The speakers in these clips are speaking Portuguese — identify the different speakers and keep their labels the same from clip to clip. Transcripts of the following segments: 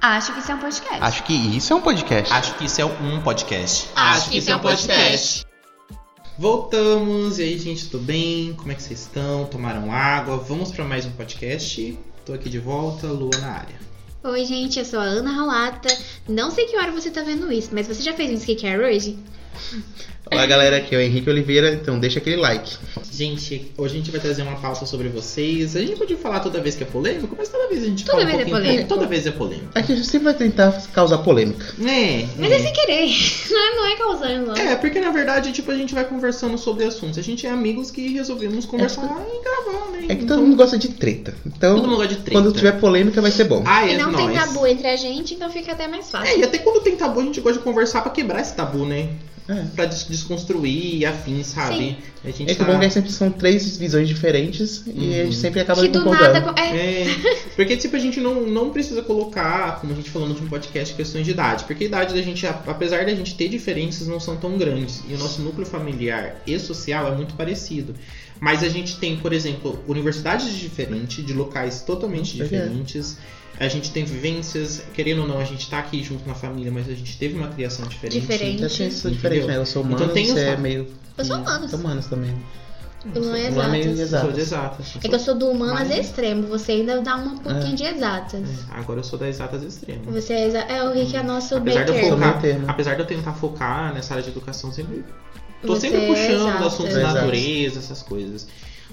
Speaker 1: Acho que isso é um podcast.
Speaker 2: Acho que isso é um podcast.
Speaker 3: Acho que isso é um podcast.
Speaker 4: Acho que isso é um podcast.
Speaker 3: Voltamos, e aí, gente, tudo bem? Como é que vocês estão? Tomaram água? Vamos para mais um podcast. Tô aqui de volta, Lua na área.
Speaker 1: Oi, gente, eu sou a Ana Rolata. Não sei que hora você tá vendo isso, mas você já fez um skincare hoje?
Speaker 2: Olá, galera, aqui é o Henrique Oliveira, então deixa aquele like.
Speaker 3: Gente, hoje a gente vai trazer uma pauta sobre vocês. A gente pode falar toda vez que é polêmico, mas toda vez a gente
Speaker 1: Toda
Speaker 3: fala
Speaker 1: vez é
Speaker 3: um pouquinho-
Speaker 1: polêmico.
Speaker 3: Toda vez é polêmico.
Speaker 2: Aqui a gente sempre vai tentar causar polêmica.
Speaker 3: É,
Speaker 1: Mas é
Speaker 3: é.
Speaker 1: sem querer. Não é, não é causando.
Speaker 3: É, porque na verdade, tipo, a gente vai conversando sobre assuntos. A gente é amigos que resolvemos conversar e gravar, né?
Speaker 2: É que todo mundo gosta de treta. Então,
Speaker 3: Todo mundo gosta de treta.
Speaker 2: quando tiver polêmica, vai ser bom.
Speaker 3: Ah, é
Speaker 1: E não tem
Speaker 3: nóis.
Speaker 1: tabu entre a gente, então fica até mais fácil.
Speaker 3: É, e até quando tem tabu, a gente gosta de conversar pra quebrar esse tabu, né?
Speaker 2: É.
Speaker 3: Pra des- desconstruir e afim, sabe? A gente tá-
Speaker 2: É que o bom é que sempre são três visões diferentes e a
Speaker 3: Uhum.
Speaker 2: gente sempre acaba
Speaker 1: que do
Speaker 2: concordando.
Speaker 1: nada. co- É,
Speaker 3: É, porque tipo, a gente não, não precisa colocar, como a gente falou no último podcast, questões de idade. Porque a idade da gente, a- apesar da gente ter diferenças, não são tão grandes. E o nosso núcleo familiar e social é muito parecido. Mas a gente tem, por exemplo, universidades diferentes, de locais totalmente
Speaker 2: Pois é.
Speaker 3: diferentes. A gente tem vivências, querendo ou não, a gente tá aqui junto na família, mas a gente teve uma criação diferente.
Speaker 1: Diferente.
Speaker 2: Eu acho que sou diferente,
Speaker 3: Entendeu?
Speaker 2: né? Eu sou
Speaker 3: Então
Speaker 2: humano,
Speaker 3: tem
Speaker 2: você
Speaker 3: essa-
Speaker 2: é meio.
Speaker 1: eu sou humanos.
Speaker 2: São humanos também.
Speaker 1: Eu não é
Speaker 2: Não é meio
Speaker 1: exato.
Speaker 3: Sou de
Speaker 2: exato.
Speaker 3: exatas.
Speaker 1: É que eu sou do humanas
Speaker 3: Mas-
Speaker 1: extremo, você ainda dá um pouquinho de exatas.
Speaker 3: É, Agora eu sou das exatas extremas.
Speaker 1: Você é, exa... é o Rick é nosso
Speaker 3: Apesar de eu
Speaker 1: baker.
Speaker 2: Sou meio
Speaker 3: focar,
Speaker 2: termo.
Speaker 3: apesar de eu tentar focar nessa área de educação, sempre tô
Speaker 1: Você
Speaker 3: sempre
Speaker 1: é
Speaker 3: puxando
Speaker 1: exatas.
Speaker 3: assuntos né? da
Speaker 2: Exatas.
Speaker 3: natureza, essas coisas.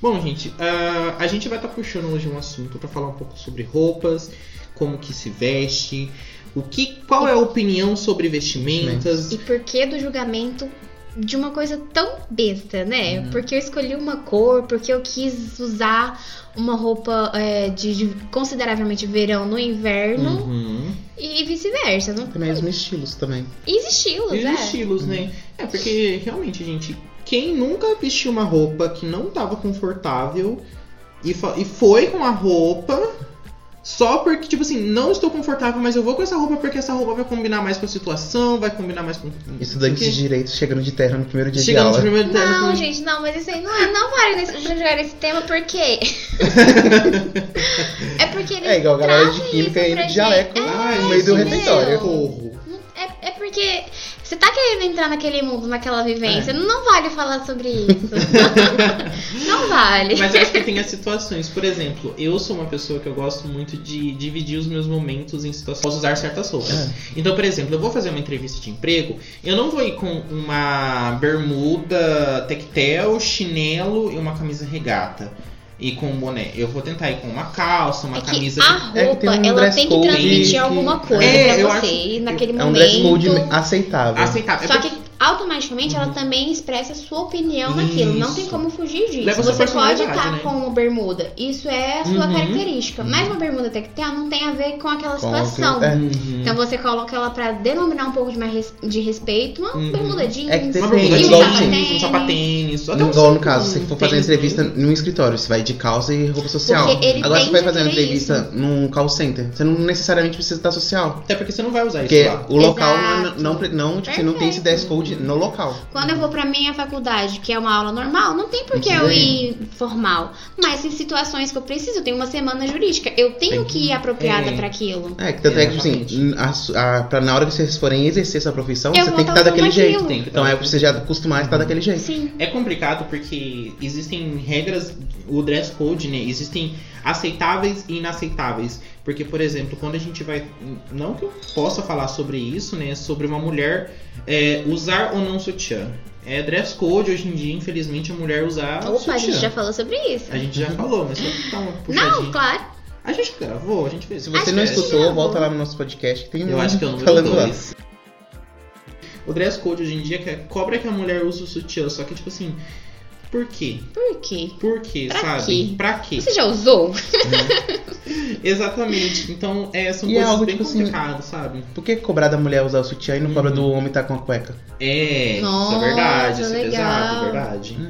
Speaker 3: Bom, gente, ah, a gente vai estar puxando hoje um assunto para falar um pouco sobre roupas, como que se veste, o que, qual é a opinião sobre vestimentas.
Speaker 1: E por que do julgamento de uma coisa tão besta, né? Porque eu escolhi uma cor, porque eu quis usar uma roupa é, de, de consideravelmente verão no inverno
Speaker 3: Uhum.
Speaker 1: e vice-versa. Não...
Speaker 2: Tem mesmo estilos também.
Speaker 1: E os estilos,
Speaker 3: E os
Speaker 1: é.
Speaker 3: estilos, né? É, porque realmente, gente, quem nunca vestiu uma roupa que não tava confortável e, fa- e foi com a roupa só porque, tipo assim, não estou confortável, mas eu vou com essa roupa porque essa roupa vai combinar mais com a situação, vai combinar mais com.
Speaker 2: Estudantes de direito chegando de terra no primeiro dia de né?
Speaker 3: Chegando no
Speaker 2: aula.
Speaker 3: primeiro né? termo.
Speaker 1: Não, gente, não, mas isso aí não, é- não vale nesse, jogar esse tema, porque. é porque eles.
Speaker 2: É igual a galera de
Speaker 1: trazem
Speaker 2: química
Speaker 1: isso
Speaker 2: indo
Speaker 1: pra
Speaker 2: de jaleco
Speaker 1: gente.
Speaker 2: lá
Speaker 1: É,
Speaker 2: no meio do
Speaker 1: entendeu?
Speaker 2: refeitório.
Speaker 3: Socorro.
Speaker 1: É, é porque você tá querendo entrar naquele mundo, naquela vivência. Não vale falar sobre isso. não vale.
Speaker 3: Mas eu acho que tem as situações. Por exemplo, eu sou uma pessoa que eu gosto muito de dividir os meus momentos em situações. Posso usar certas roupas.
Speaker 2: É.
Speaker 3: Então, por exemplo, eu vou fazer uma entrevista de emprego. Eu não vou ir com uma bermuda, tectel, chinelo e uma camisa regata. E com um boné. Eu vou tentar ir com uma calça, uma
Speaker 1: É que
Speaker 3: camisa.
Speaker 1: a
Speaker 2: É que
Speaker 1: roupa,
Speaker 2: tem um
Speaker 1: ela
Speaker 2: dress
Speaker 1: tem que
Speaker 2: code
Speaker 1: transmitir
Speaker 2: que-
Speaker 1: alguma coisa
Speaker 3: É, eu
Speaker 1: pra
Speaker 3: acho-
Speaker 1: você naquele
Speaker 2: É
Speaker 1: momento.
Speaker 2: um dress code Ah, aceitável.
Speaker 3: aceitável. É
Speaker 1: Só
Speaker 3: porque
Speaker 1: que automaticamente
Speaker 2: Uhum.
Speaker 1: ela também expressa a sua opinião naquilo. Não tem
Speaker 3: Isso.
Speaker 1: como fugir disso.
Speaker 3: Leva sua
Speaker 1: você pode
Speaker 3: personalidade,
Speaker 1: estar
Speaker 3: né?
Speaker 1: com uma bermuda. Isso é a sua
Speaker 3: Uhum.
Speaker 1: característica. Mas uma bermuda tectel não tem a ver com aquela
Speaker 2: Com
Speaker 1: situação.
Speaker 2: aquilo, é.
Speaker 3: Uhum.
Speaker 1: Então você coloca ela pra denominar um pouco de, mais res- de respeito. Uma
Speaker 3: Uhum.
Speaker 1: bermuda jeans.
Speaker 2: É que tem-
Speaker 3: Uma bermuda
Speaker 2: E
Speaker 3: de
Speaker 2: um
Speaker 3: sapatênis, um
Speaker 1: sapatênis.
Speaker 3: sapatênis. até
Speaker 2: Igual
Speaker 3: um
Speaker 2: no
Speaker 3: sapatinho,
Speaker 2: caso, se for fazer uma
Speaker 3: tênis,
Speaker 2: entrevista num escritório, você vai de calça e roupa social.
Speaker 1: Porque ele
Speaker 2: Agora
Speaker 1: tem
Speaker 2: você vai
Speaker 1: que
Speaker 2: fazer uma
Speaker 1: querer
Speaker 2: entrevista num call center, você não necessariamente precisa estar social.
Speaker 3: Até porque você não vai usar
Speaker 2: Porque
Speaker 3: isso lá.
Speaker 2: o local não,
Speaker 1: Exato.
Speaker 2: não, pre- não, tipo, você não tem esse dress code no local.
Speaker 1: Quando eu vou pra minha faculdade, que é uma aula normal, não tem por que
Speaker 3: Uhum.
Speaker 1: eu ir formal. Mas em situações que eu preciso, eu tenho uma semana jurídica. Eu tenho que ir apropriada
Speaker 3: É.
Speaker 1: pra aquilo.
Speaker 2: É, que tanto é que, tipo assim,
Speaker 3: Exatamente.
Speaker 2: a su- a- pra, na hora que vocês forem exercer sua profissão,
Speaker 1: Eu
Speaker 2: você
Speaker 1: vou
Speaker 2: tem que
Speaker 1: tá
Speaker 2: estar daquele
Speaker 1: usando
Speaker 2: jeito.
Speaker 1: aquilo.
Speaker 3: Tem que tá
Speaker 2: Então é
Speaker 3: usando.
Speaker 2: pra você já acostumar a estar daquele jeito.
Speaker 1: Sim.
Speaker 3: É complicado porque existem regras, o dress code, né? Existem aceitáveis e inaceitáveis. Porque, por exemplo, quando a gente vai. Não que eu possa falar sobre isso, né? Sobre uma mulher é, usar ou não sutiã. É dress code hoje em dia, infelizmente, a mulher usar.
Speaker 1: Opa,
Speaker 3: Ah, sutiã.
Speaker 1: a gente já falou sobre isso.
Speaker 3: A gente já falou, mas só pra dar uma puxadinha.
Speaker 1: Não, claro.
Speaker 3: A gente gravou, a gente fez. Se
Speaker 2: Se você
Speaker 1: Acho
Speaker 2: não
Speaker 1: que
Speaker 2: escutou,
Speaker 1: não.
Speaker 2: volta lá no nosso podcast que tem
Speaker 3: Eu
Speaker 2: um
Speaker 3: acho que é o número
Speaker 2: falando lá.
Speaker 3: 2. O dress code hoje em dia que é- cobra que a mulher usa o sutiã, só que tipo assim, por quê?
Speaker 1: Por quê?
Speaker 3: Por quê,
Speaker 1: Pra
Speaker 3: sabe?
Speaker 1: quê?
Speaker 3: Pra quê?
Speaker 1: Você já usou?
Speaker 3: Exatamente. Então, é, são
Speaker 2: E é
Speaker 3: coisas
Speaker 2: algo,
Speaker 3: bem
Speaker 2: tipo assim,
Speaker 3: complicadas, sabe?
Speaker 2: Por que cobrar da mulher usar o sutiã e não cobra
Speaker 3: Uhum.
Speaker 2: do homem estar com a cueca?
Speaker 3: É, isso
Speaker 1: Nossa,
Speaker 3: é verdade, isso é
Speaker 1: legal.
Speaker 3: pesado, é verdade.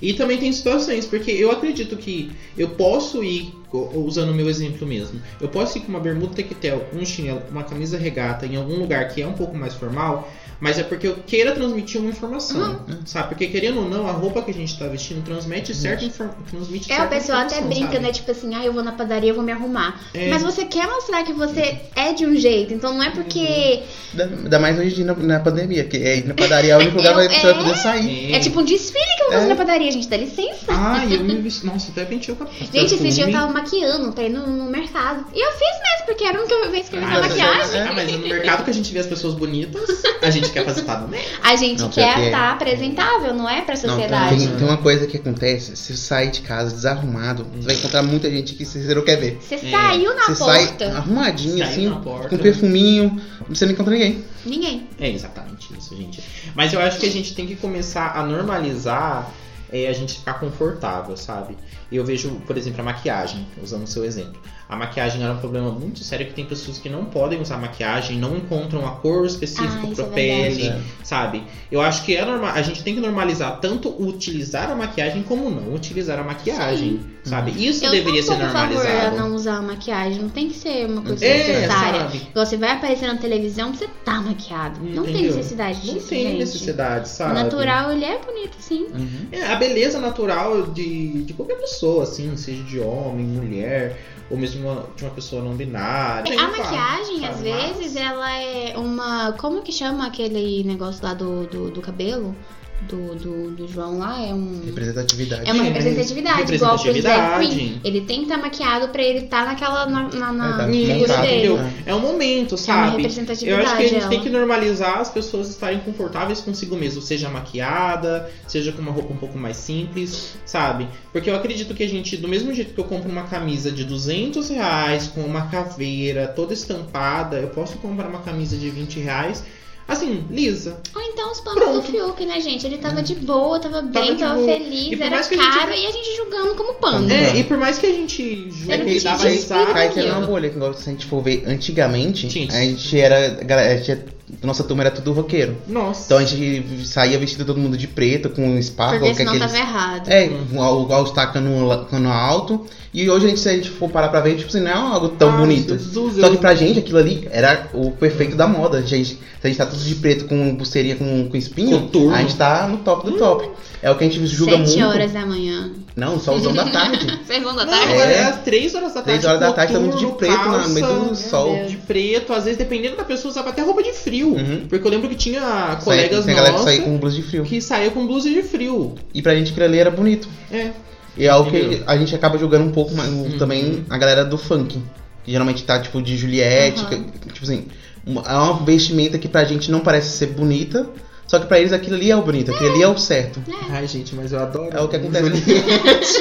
Speaker 3: E também tem situações, porque eu acredito que eu posso ir, co- usando o meu exemplo mesmo, eu posso ir com uma bermuda tectel, um chinelo, uma camisa regata em algum lugar que é um pouco mais formal, Mas é porque eu queira transmitir uma informação.
Speaker 1: Uhum.
Speaker 3: Sabe? Porque querendo ou não, a roupa que a gente tá vestindo transmite certa informação. Transmite
Speaker 1: É,
Speaker 3: certa
Speaker 1: o pessoal até
Speaker 3: informação,
Speaker 1: brinca,
Speaker 3: sabe?
Speaker 1: né? Tipo assim, ah, eu vou na padaria, eu vou me arrumar.
Speaker 3: É.
Speaker 1: Mas você quer mostrar que você é de um jeito, então não é porque.
Speaker 3: Uhum.
Speaker 2: Ainda mais hoje em dia na, na pandemia, que é ir na padaria é o único lugar que a pessoa vai poder sair.
Speaker 1: É tipo um desfile que eu vou fazer
Speaker 2: É.
Speaker 1: na padaria, gente, dá licença.
Speaker 3: Ah, eu me vesti. Nossa, até pentei o cabelo.
Speaker 1: Gente, esse dia eu
Speaker 3: Perfume.
Speaker 1: tava maquiando pra ir no, no mercado. E eu fiz mesmo, porque era a única vez que eu fiz
Speaker 3: Ah,
Speaker 1: a
Speaker 3: mas-
Speaker 1: maquiagem.
Speaker 3: Ah, mas no mercado que a gente vê as pessoas bonitas, a gente quer fazer tá no meio.
Speaker 1: A gente
Speaker 2: Não,
Speaker 1: quer
Speaker 2: porque-
Speaker 1: estar apresentável, não é? Pra
Speaker 2: Não,
Speaker 1: sociedade.
Speaker 2: tem, tem uma coisa que acontece, se você sair de casa desarrumado, você vai encontrar muita gente que você não quer ver.
Speaker 1: Você
Speaker 3: É.
Speaker 1: saiu na
Speaker 2: Você
Speaker 1: porta.
Speaker 2: sai arrumadinho,
Speaker 3: Saiu na
Speaker 2: assim,
Speaker 3: porta. né?
Speaker 2: com perfuminho, você não encontra ninguém.
Speaker 1: Ninguém.
Speaker 3: É exatamente isso, gente. Mas eu acho que a gente tem que começar a normalizar é, a gente ficar confortável, sabe? Eu vejo, por exemplo, a maquiagem, usando o seu exemplo. A maquiagem era um problema muito sério que tem pessoas que não podem usar maquiagem, não encontram a cor específica
Speaker 1: Ah, isso
Speaker 3: para
Speaker 1: é
Speaker 3: pra
Speaker 1: verdade.
Speaker 3: pele, sabe? Eu acho que é norma- a gente tem que normalizar tanto utilizar a maquiagem como não utilizar a maquiagem, sabe? Isso
Speaker 1: eu
Speaker 3: deveria
Speaker 1: sou
Speaker 3: ser
Speaker 1: um pouco a favor a
Speaker 3: normalizado.
Speaker 1: não usar maquiagem. Não tem que ser uma coisa
Speaker 3: é,
Speaker 1: necessária.
Speaker 3: sabe?
Speaker 1: Você vai aparecer na televisão, você tá maquiado. Não tem
Speaker 3: Entendeu?
Speaker 1: necessidade
Speaker 3: Não
Speaker 1: disso,
Speaker 3: tem
Speaker 1: gente.
Speaker 3: necessidade,
Speaker 1: O
Speaker 3: sabe?
Speaker 1: natural, ele é bonito, sim.
Speaker 3: É, a beleza natural de, de qualquer pessoa, assim, seja de homem, mulher, ou mesmo uma- de uma pessoa não binária.
Speaker 1: É, A maquiagem, às
Speaker 3: sabe? Mas-
Speaker 1: vezes, ela é uma... Como que chama aquele negócio lá do, do, do cabelo? Do, do, do João lá? É um...
Speaker 2: uhum. Representatividade.
Speaker 1: É uma
Speaker 3: É, mas
Speaker 1: representatividade, igual pro drag queen.
Speaker 3: representatividade.
Speaker 1: Ele tem que estar maquiado pra ele estar naquela. na, na, na-
Speaker 2: É, tá
Speaker 1: no
Speaker 3: Isso,
Speaker 1: estilo
Speaker 2: montado,
Speaker 1: um dele.
Speaker 3: entendeu?
Speaker 1: É
Speaker 2: né?
Speaker 3: É um momento,
Speaker 1: uma
Speaker 3: sabe? Eu
Speaker 1: representatividade. é um-
Speaker 3: acho que a gente
Speaker 1: ela.
Speaker 3: tem que normalizar as pessoas estarem confortáveis consigo mesmo, seja maquiada, seja com uma roupa um pouco mais simples, sabe? Porque eu acredito que a gente, do mesmo jeito que eu compro uma camisa de 200 reais, com uma caveira toda estampada, eu posso comprar uma camisa de 20 reais, assim, lisa,
Speaker 1: Ou então os panos do
Speaker 3: Pronto.
Speaker 1: Fiuk, né, gente? Ele tava de boa, tava bem,
Speaker 3: de
Speaker 1: tava,
Speaker 3: boa. E
Speaker 1: feliz,
Speaker 3: por
Speaker 1: era
Speaker 3: mais que a gente-
Speaker 1: caro e a gente julgando como pano.
Speaker 2: É.
Speaker 3: É, e por mais que a gente
Speaker 1: Eu
Speaker 3: julgue
Speaker 1: não
Speaker 3: que
Speaker 1: quis
Speaker 3: dava
Speaker 1: dizer isso,
Speaker 3: risada,
Speaker 2: Cai que era
Speaker 1: Não.
Speaker 2: uma bolha, que igual se a gente for ver antigamente,
Speaker 3: Gente.
Speaker 2: a gente era. a galera- a gente era- nossa turma era tudo roqueiro.
Speaker 3: nossa.
Speaker 2: Então a gente saía vestido todo mundo de preto, com espátula,
Speaker 1: Porque
Speaker 2: que é
Speaker 1: senão tá
Speaker 2: aqueles.
Speaker 1: tava errado.
Speaker 2: É, igual os cano, cano alto. E hoje, a gente, se a gente for parar pra ver, tipo assim, não é algo tão
Speaker 3: Ai,
Speaker 2: bonito.
Speaker 3: Ah, Jesus,
Speaker 2: Só
Speaker 3: eu-
Speaker 2: que pra gente aquilo ali era o perfeito da moda. A gente, se a gente tá tudo de preto com pulseirinha com, com espinho,
Speaker 3: Coturno.
Speaker 2: a gente tá no top do top. É o que a gente julga
Speaker 1: Sete
Speaker 2: muito.
Speaker 1: horas da manhã.
Speaker 2: Não, só usando da tarde.
Speaker 1: Vocês vão da
Speaker 3: Não,
Speaker 1: tarde?
Speaker 2: É.
Speaker 3: é às 3 horas da tarde.
Speaker 2: Três horas da tarde, todo mundo de
Speaker 3: coturno,
Speaker 2: preto, na
Speaker 3: Tá calça, né?
Speaker 2: no meio do sol.
Speaker 1: Deus.
Speaker 3: De preto, às vezes, dependendo da pessoa, usava até roupa de frio.
Speaker 2: Uhum.
Speaker 3: Porque eu lembro que tinha
Speaker 2: Sai-
Speaker 3: colegas
Speaker 2: tem galera que
Speaker 3: nossas
Speaker 2: saía com blusa de frio.
Speaker 3: que saía com blusa de frio.
Speaker 2: E pra gente aquilo ali era bonito.
Speaker 3: É.
Speaker 2: E é algo que
Speaker 3: Entendeu?
Speaker 2: a gente acaba julgando um pouco mais,
Speaker 3: Uhum.
Speaker 2: também a galera do funk. Que geralmente tá tipo de Juliette,
Speaker 1: Aham.
Speaker 2: que- tipo assim, uma- é uma vestimenta que pra gente não parece ser bonita, só que pra eles aquilo ali é o bonito, aquilo ali é o certo.
Speaker 3: Ai, gente, mas eu adoro.
Speaker 2: É o que
Speaker 3: Uhum.
Speaker 2: acontece.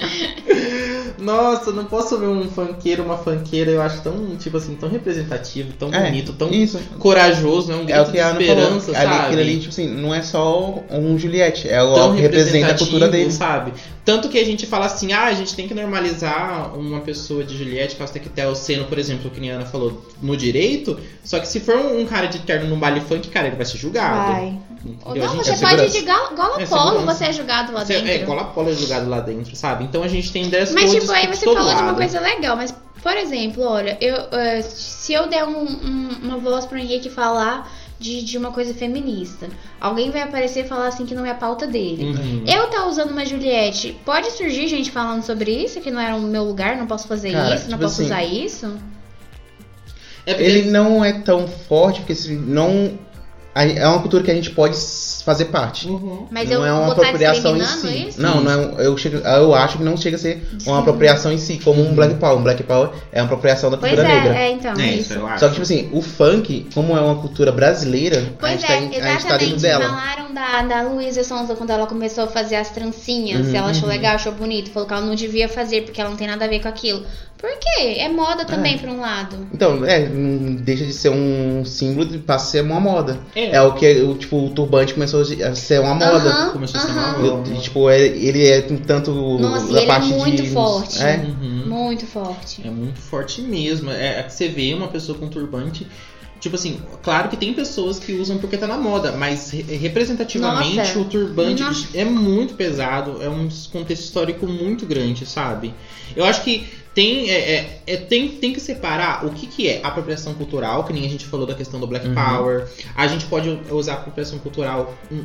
Speaker 3: Nossa, eu não posso ver um funkeiro, uma funkeira, eu acho tão, tipo assim, tão representativo, tão
Speaker 2: É,
Speaker 3: bonito, tão
Speaker 2: Isso.
Speaker 3: corajoso, né? Um grito
Speaker 2: É o que
Speaker 3: de
Speaker 2: a Ana falou.
Speaker 3: esperança,
Speaker 2: Ali,
Speaker 3: sabe?
Speaker 2: aquilo ali, tipo assim, não é só um Juliette, é o
Speaker 3: tão
Speaker 2: algo que representa a cultura
Speaker 3: Então, representativo,
Speaker 2: deles.
Speaker 3: sabe? Tanto que a gente fala assim, ah, a gente tem que normalizar uma pessoa de Juliette, que ela tem que ter o seno, por exemplo, que a Ana falou, no direito. Só que se for um, um cara de terno num baile funk, cara, ele vai ser julgado.
Speaker 1: Ou
Speaker 3: Entendeu? A
Speaker 1: não,
Speaker 3: gente-
Speaker 1: você
Speaker 2: é
Speaker 1: pode ir de
Speaker 2: segurança.
Speaker 1: gola, gola
Speaker 3: É
Speaker 1: polo,
Speaker 3: segurança.
Speaker 1: você é julgado lá
Speaker 3: você-
Speaker 1: dentro.
Speaker 3: é, cola polo é julgado lá dentro, sabe? Então a gente tem 10
Speaker 1: Mas, tipo, aí você falou de uma coisa legal, mas, por exemplo, olha, eu, eh, se eu der um- um- uma voz pro Henrique falar de, de uma coisa feminista, alguém vai aparecer e falar assim que não é a pauta dele.
Speaker 3: Uhum.
Speaker 1: Eu tá usando uma Juliette, pode surgir gente falando sobre isso, que não era o meu lugar, não posso fazer
Speaker 2: Cara,
Speaker 1: isso, não
Speaker 2: tipo
Speaker 1: posso
Speaker 2: assim,
Speaker 1: usar isso?
Speaker 3: É porque-
Speaker 2: Ele não é tão forte, porque se não. a- É uma cultura que a gente pode s- fazer parte.
Speaker 3: Uhum.
Speaker 1: Mas
Speaker 2: não
Speaker 1: eu
Speaker 2: é uma
Speaker 1: vou tá
Speaker 2: apropriação em
Speaker 1: discriminando
Speaker 2: si.
Speaker 1: isso?
Speaker 2: Não, não é um- eu, chego- eu acho que não chega a ser uma apropriação em si, como um Black Power. Um Black Power é uma apropriação da
Speaker 1: Pois
Speaker 2: cultura negra.
Speaker 1: é, é, então.
Speaker 3: É isso, eu acho.
Speaker 2: Só que, tipo assim, o funk, como é uma cultura brasileira, a,
Speaker 1: Pois
Speaker 2: gente
Speaker 1: é,
Speaker 2: tá, em- a gente tá
Speaker 1: exatamente.
Speaker 2: dentro
Speaker 1: é
Speaker 2: dela.
Speaker 1: Falaram da, da Luísa Sonza quando ela começou a fazer as trancinhas.
Speaker 2: Uhum,
Speaker 1: ela achou legal, achou bonito. Falou que ela não devia fazer porque ela não tem nada a ver com aquilo. Por quê? É moda também, por um lado.
Speaker 2: Então, é, não deixa de ser um símbolo de passa a ser uma moda.
Speaker 3: É.
Speaker 2: É o que, o, tipo, o turbante começou a ser uma É moda.
Speaker 1: Aham,
Speaker 3: Começou a ser
Speaker 1: aham.
Speaker 3: uma moda.
Speaker 2: Eu- tipo, ele, ele é um tanto
Speaker 1: Nossa, e
Speaker 2: da
Speaker 1: ele é
Speaker 2: parte
Speaker 1: muito
Speaker 2: de...
Speaker 1: forte.
Speaker 2: É,
Speaker 3: Uhum.
Speaker 1: Muito forte.
Speaker 3: É muito forte mesmo. É, é que você vê uma pessoa com turbante. Tipo assim, claro que tem pessoas que usam porque tá na moda, mas re- representativamente
Speaker 1: Nossa.
Speaker 3: o turbante
Speaker 1: Nossa.
Speaker 3: é muito pesado, é um contexto histórico muito grande, sabe? Eu acho que Tem, é, é- é- tem, tem que separar o que, que é apropriação cultural, que nem a gente falou da questão do Black
Speaker 2: Uhum.
Speaker 3: Power. A gente pode usar apropriação cultural hum,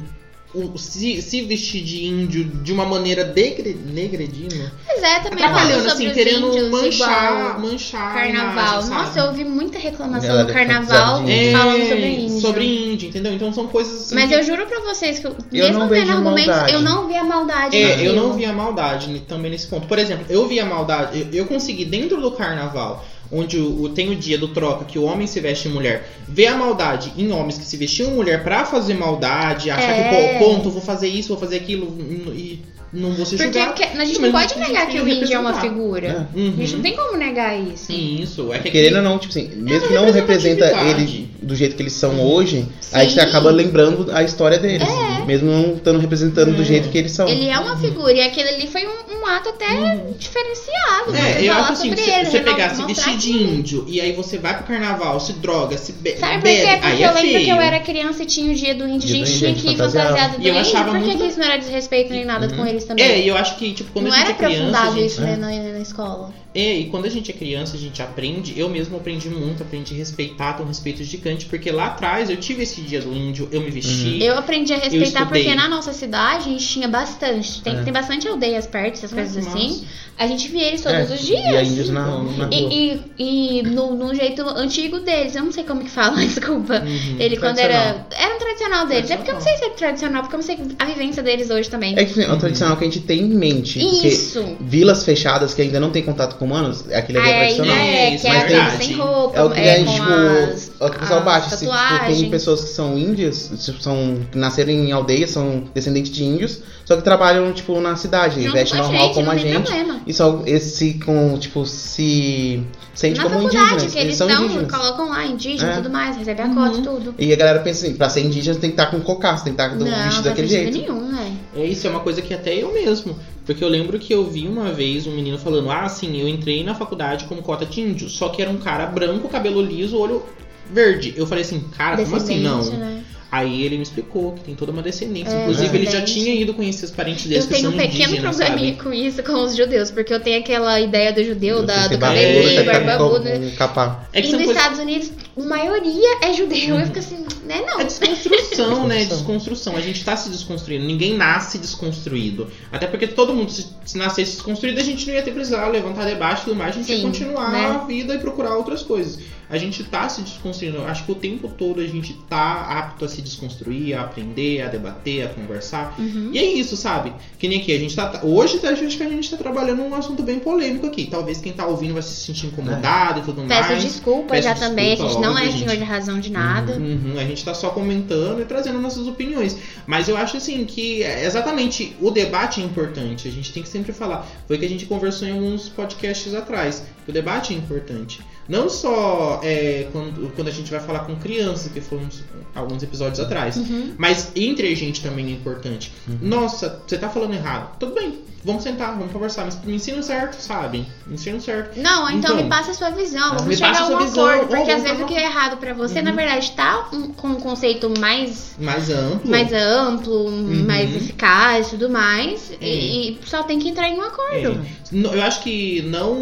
Speaker 3: hum, se, se vestir de índio de uma maneira degre, negredindo.
Speaker 1: Mas é, também falando
Speaker 3: Atrapalhando,
Speaker 1: sobre
Speaker 3: assim,
Speaker 1: os
Speaker 3: querendo
Speaker 1: índios
Speaker 3: manchar,
Speaker 1: igual
Speaker 3: manchar. a
Speaker 1: carnaval.
Speaker 3: imagem,
Speaker 1: Nossa,
Speaker 3: Ah, sabe? É,
Speaker 1: eu ouvi muita reclamação
Speaker 2: Galera
Speaker 1: do carnaval
Speaker 2: que tá
Speaker 1: falando sobre índio.
Speaker 3: sobre índio, entendeu? Então são coisas. assim
Speaker 1: Mas
Speaker 3: que-
Speaker 1: eu juro pra vocês que, eu,
Speaker 2: não
Speaker 1: mesmo
Speaker 2: vejo
Speaker 1: tendo argumentos,
Speaker 2: maldade.
Speaker 1: eu não vi a maldade.
Speaker 3: É, eu
Speaker 1: naquilo.
Speaker 3: não vi a maldade ne- também nesse ponto. Por exemplo, eu vi a maldade, eu, eu consegui dentro do carnaval, onde o, o- tem o dia do troca que o homem se veste em mulher, ver a maldade em homens que se vestiam em mulher pra fazer maldade, achar
Speaker 1: É.
Speaker 3: que, pô, ponto, vou fazer isso, vou fazer aquilo n- e não vou ser
Speaker 1: Porque
Speaker 3: julgado.
Speaker 1: que- a gente não
Speaker 3: mas
Speaker 1: pode
Speaker 3: a gente
Speaker 1: negar
Speaker 3: tem
Speaker 1: que
Speaker 3: que
Speaker 1: o índio é uma
Speaker 3: representar.
Speaker 1: figura.
Speaker 2: né?
Speaker 1: A gente não
Speaker 3: Uhum.
Speaker 1: tem como negar isso.
Speaker 3: Sim, isso. É que aqui-
Speaker 2: Querendo ou não, tipo assim, mesmo que não representa
Speaker 3: representatividade.
Speaker 2: ele do jeito que eles são hoje, a
Speaker 1: Sim. É.
Speaker 2: gente acaba lembrando a história deles. Mesmo não estando representando do
Speaker 3: É.
Speaker 2: jeito que eles são.
Speaker 1: Ele é uma figura e aquele ali foi um, um ato até
Speaker 3: Hum.
Speaker 1: diferenciado. você
Speaker 3: É, eu
Speaker 1: Né? falar
Speaker 3: acho assim,
Speaker 1: sobre
Speaker 3: se
Speaker 1: ele,
Speaker 3: você
Speaker 1: renal-
Speaker 3: pegar, se
Speaker 1: mostrar
Speaker 3: vestir de
Speaker 1: que-
Speaker 3: índio e aí você vai pro carnaval, se droga, se be
Speaker 1: Sabe por
Speaker 3: bebe,
Speaker 1: quê? Porque
Speaker 3: aí
Speaker 1: eu
Speaker 3: é
Speaker 1: lembro
Speaker 3: feio.
Speaker 1: que eu era criança e tinha o dia do índio, a
Speaker 2: Dia do
Speaker 1: gente
Speaker 2: índio,
Speaker 1: tinha
Speaker 2: a gente
Speaker 1: que ir
Speaker 2: fantasiava.
Speaker 1: fantasiado do
Speaker 3: E eu
Speaker 1: índio.
Speaker 3: achava
Speaker 1: Por que
Speaker 3: muito-
Speaker 1: que isso não era desrespeito nem nada com
Speaker 2: Uhum.
Speaker 1: eles também?
Speaker 3: É, e eu acho que, tipo, quando
Speaker 1: não
Speaker 3: a gente
Speaker 1: era
Speaker 3: é criança, a
Speaker 1: aprofundado
Speaker 3: gente
Speaker 1: isso né, na, na escola.
Speaker 3: É, e quando a gente é criança, a gente aprende. Eu mesmo aprendi muito, aprendi a respeitar, ter um respeito gigante, porque lá atrás eu tive esse dia do índio, eu me vesti.
Speaker 1: Uhum. Eu aprendi a respeitar
Speaker 3: estudei.
Speaker 1: porque na nossa cidade a gente tinha bastante. Tem,
Speaker 2: É.
Speaker 1: tem bastante aldeias perto, essas coisas
Speaker 3: Nossa,
Speaker 1: assim.
Speaker 3: nossa.
Speaker 1: A gente via eles todos
Speaker 2: É,
Speaker 1: os dias.
Speaker 2: E a índios na, na rua.
Speaker 1: E, e- e no, no jeito antigo deles, eu não sei como que fala, desculpa.
Speaker 3: Uhum.
Speaker 1: Ele quando era. Era um tradicional deles. É porque eu não sei
Speaker 3: Tradicional.
Speaker 1: se é tradicional, porque eu não sei a vivência deles hoje também.
Speaker 2: É que assim, é um tradicional que a gente tem em mente. Porque
Speaker 1: Isso!
Speaker 2: vilas fechadas que ainda não tem contato com humanos, aquele ali é
Speaker 1: Aí,
Speaker 2: tradicional.
Speaker 3: né?
Speaker 1: é,
Speaker 3: Isso,
Speaker 1: que é
Speaker 3: é
Speaker 1: aquele
Speaker 3: verdade.
Speaker 1: sem roupa,
Speaker 2: É o que
Speaker 1: é,
Speaker 2: a gente,
Speaker 1: com
Speaker 2: tipo,
Speaker 1: as,
Speaker 2: é o que o pessoal
Speaker 1: as
Speaker 2: bate. Se, tipo, tem
Speaker 1: tatuagens.
Speaker 2: pessoas que são índias, tipo, são, que nasceram em aldeias, são descendentes de índios, só que trabalham, tipo, na cidade,
Speaker 1: junto
Speaker 2: veste
Speaker 1: com a
Speaker 2: normal
Speaker 1: gente,
Speaker 2: como
Speaker 1: não
Speaker 2: a
Speaker 1: tem
Speaker 2: gente.
Speaker 1: problema.
Speaker 2: E só esse com, tipo, se sente
Speaker 1: Na
Speaker 2: como
Speaker 1: faculdade,
Speaker 2: indígenas.
Speaker 1: que eles
Speaker 2: são
Speaker 1: estão,
Speaker 2: indígenas.
Speaker 1: colocam lá indígena e
Speaker 2: É.
Speaker 1: tudo mais, recebe a
Speaker 3: Uhum.
Speaker 1: cota e tudo.
Speaker 2: E a galera pensa assim, pra ser indígena tem que estar com cocaço, tem que estar do
Speaker 1: não,
Speaker 2: Ah, bicho
Speaker 1: não
Speaker 2: daquele
Speaker 1: precisa
Speaker 2: jeito.
Speaker 1: nenhum, né?
Speaker 3: É isso, é uma coisa que até eu mesmo. Porque eu lembro que eu vi uma vez um menino falando: Ah, sim, eu entrei na faculdade como cota de índio. Só que era um cara branco, cabelo liso, olho verde. Eu falei assim, cara, como assim não?
Speaker 1: Descendente, né?
Speaker 3: Aí ele me explicou que tem toda uma descendência.
Speaker 1: É,
Speaker 3: Inclusive, ele já
Speaker 1: descendente.
Speaker 3: tinha ido conhecer os parentes deles
Speaker 1: Eu
Speaker 3: que
Speaker 1: tenho
Speaker 3: são
Speaker 1: um pequeno
Speaker 3: indígenas,
Speaker 1: probleminha
Speaker 3: sabe?
Speaker 1: com isso, com os judeus, porque eu tenho aquela ideia do judeu, da,
Speaker 2: Tem
Speaker 1: do
Speaker 2: barbudo,
Speaker 1: cabelo
Speaker 2: tem
Speaker 3: barbudo,
Speaker 1: liso,
Speaker 2: que estar
Speaker 1: barbudo. né.
Speaker 2: com um capa.
Speaker 3: É que
Speaker 1: e
Speaker 3: são
Speaker 1: nos
Speaker 3: coisas
Speaker 1: Estados Unidos, a maioria é judeu. Eu fico assim, né não.
Speaker 3: É desconstrução, né?
Speaker 2: Desconstrução.
Speaker 3: Desconstrução. A gente tá se desconstruindo. Ninguém nasce desconstruído. Até porque todo mundo, se, se nascesse desconstruído, a gente não ia ter precisado levantar debate e tudo mais. A gente
Speaker 1: Sim,
Speaker 3: ia continuar
Speaker 1: né?
Speaker 3: a vida e procurar outras coisas. A gente tá se desconstruindo. Eu Acho que o tempo todo a gente tá apto a se desconstruir, a aprender, a debater, a conversar.
Speaker 1: Uhum.
Speaker 3: E é isso, sabe? Que nem aqui, a gente tá. Hoje tá- acho que a gente tá trabalhando um assunto bem polêmico aqui. Talvez quem tá ouvindo vai se sentir incomodado e tudo
Speaker 1: Peço
Speaker 3: mais.
Speaker 1: desculpa
Speaker 3: peço
Speaker 1: já também, a
Speaker 3: desculpa,
Speaker 1: gente não é
Speaker 3: óbvio,
Speaker 1: senhor
Speaker 3: gente.
Speaker 1: de razão de nada.
Speaker 3: Uhum, a gente tá só comentando e trazendo nossas opiniões. Mas eu acho assim que é, exatamente o debate é importante. A gente tem que sempre falar. Foi o que a gente conversou em alguns podcasts atrás. Que o debate é importante. Não só é, quando, quando a gente vai falar com crianças, que foram uns- alguns episódios atrás.
Speaker 1: Uhum.
Speaker 3: Mas entre a gente também é importante. Nossa, você tá falando errado. Tudo bem, vamos sentar, vamos conversar. Mas me ensina o certo, sabe? Me ensina o certo.
Speaker 1: Não, então,
Speaker 3: Então,
Speaker 1: me passa a sua visão,
Speaker 3: me
Speaker 1: vamos chegar
Speaker 3: passa
Speaker 1: a
Speaker 3: a
Speaker 1: um
Speaker 3: sua visão,
Speaker 1: acordo,
Speaker 3: ou
Speaker 1: porque às
Speaker 3: vamos
Speaker 1: vezes o
Speaker 3: falar-
Speaker 1: que é errado pra você,
Speaker 3: Uhum.
Speaker 1: na verdade, tá um- com um conceito mais
Speaker 3: Mais amplo.
Speaker 1: mais amplo, mais eficaz e tudo mais.
Speaker 3: Uhum. É.
Speaker 1: E, e só tem que entrar em um
Speaker 2: Hum.
Speaker 1: acordo.
Speaker 3: N- Eu acho que não,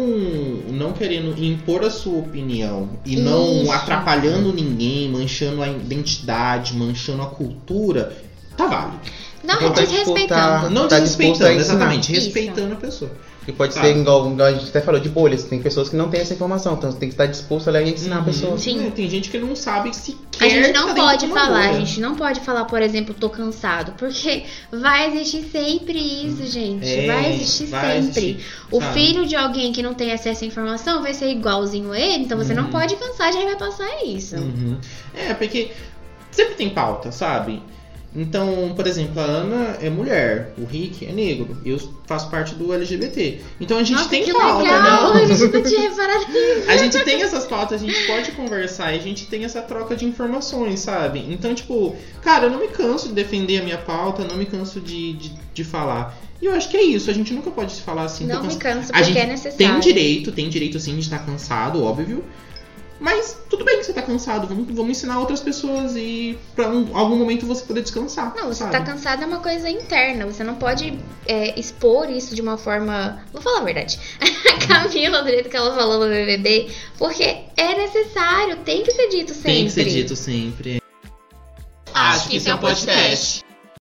Speaker 3: não querendo impor a sua opinião e não
Speaker 1: Isso.
Speaker 3: atrapalhando ninguém, manchando a identidade, manchando a cultura, tá válido.
Speaker 1: Não,
Speaker 2: Então
Speaker 1: é
Speaker 2: tá, tipo,
Speaker 1: desrespeitando.
Speaker 3: Não
Speaker 2: Tá disposto a
Speaker 3: desrespeitando,
Speaker 2: ensinar.
Speaker 3: exatamente,
Speaker 1: Isso.
Speaker 3: respeitando a pessoa.
Speaker 2: Que pode
Speaker 3: Tá.
Speaker 2: ser igual, igual a gente até falou, de bolhas. Tem pessoas que não têm essa informação, então você tem que estar disposto a ler e ensinar
Speaker 3: Uhum.
Speaker 2: a pessoa.
Speaker 1: Sim.
Speaker 3: É, Tem gente que não sabe se tá
Speaker 1: A gente não pode falar, a gente não pode falar, por exemplo, tô cansado, porque vai existir sempre isso,
Speaker 3: Hum.
Speaker 1: gente.
Speaker 3: É,
Speaker 1: vai existir sempre. O
Speaker 3: sabe?
Speaker 1: filho de alguém que não tem acesso à informação vai ser igualzinho a ele, então você não
Speaker 3: Uhum.
Speaker 1: pode cansar de repassar isso.
Speaker 3: Uhum. É, porque sempre tem pauta, sabe? Então, por exemplo, a Ana é mulher, o Rick é negro, eu faço parte do LGBT. Então a gente
Speaker 1: Nossa,
Speaker 3: tem
Speaker 1: que
Speaker 3: pauta,
Speaker 1: legal!
Speaker 3: né?
Speaker 1: A gente não tinha reparado
Speaker 3: A gente tem essas pautas, a gente pode conversar e a gente tem essa troca de informações, sabe? Então, tipo, cara, eu não me canso de defender a minha pauta, não me canso de, de, de falar. E eu acho que é isso, a gente nunca pode se falar assim. tô
Speaker 1: Não me
Speaker 3: cansado.
Speaker 1: canso,
Speaker 3: A
Speaker 1: porque
Speaker 3: gente
Speaker 1: é
Speaker 3: Tem
Speaker 1: necessário.
Speaker 3: direito, tem direito sim de estar cansado, óbvio. Mas tudo bem que você tá cansado, vamos, vamos ensinar outras pessoas e pra um- algum momento você poder descansar.
Speaker 1: Não, você
Speaker 3: sabe?
Speaker 1: tá cansado é uma coisa interna. Você não pode é, expor isso de uma forma. Vou falar a verdade. A Camila, do jeito que ela falou no BBB, porque é necessário, tem que ser dito sempre.
Speaker 3: Tem que ser dito sempre.
Speaker 4: Acho que isso é um podcast.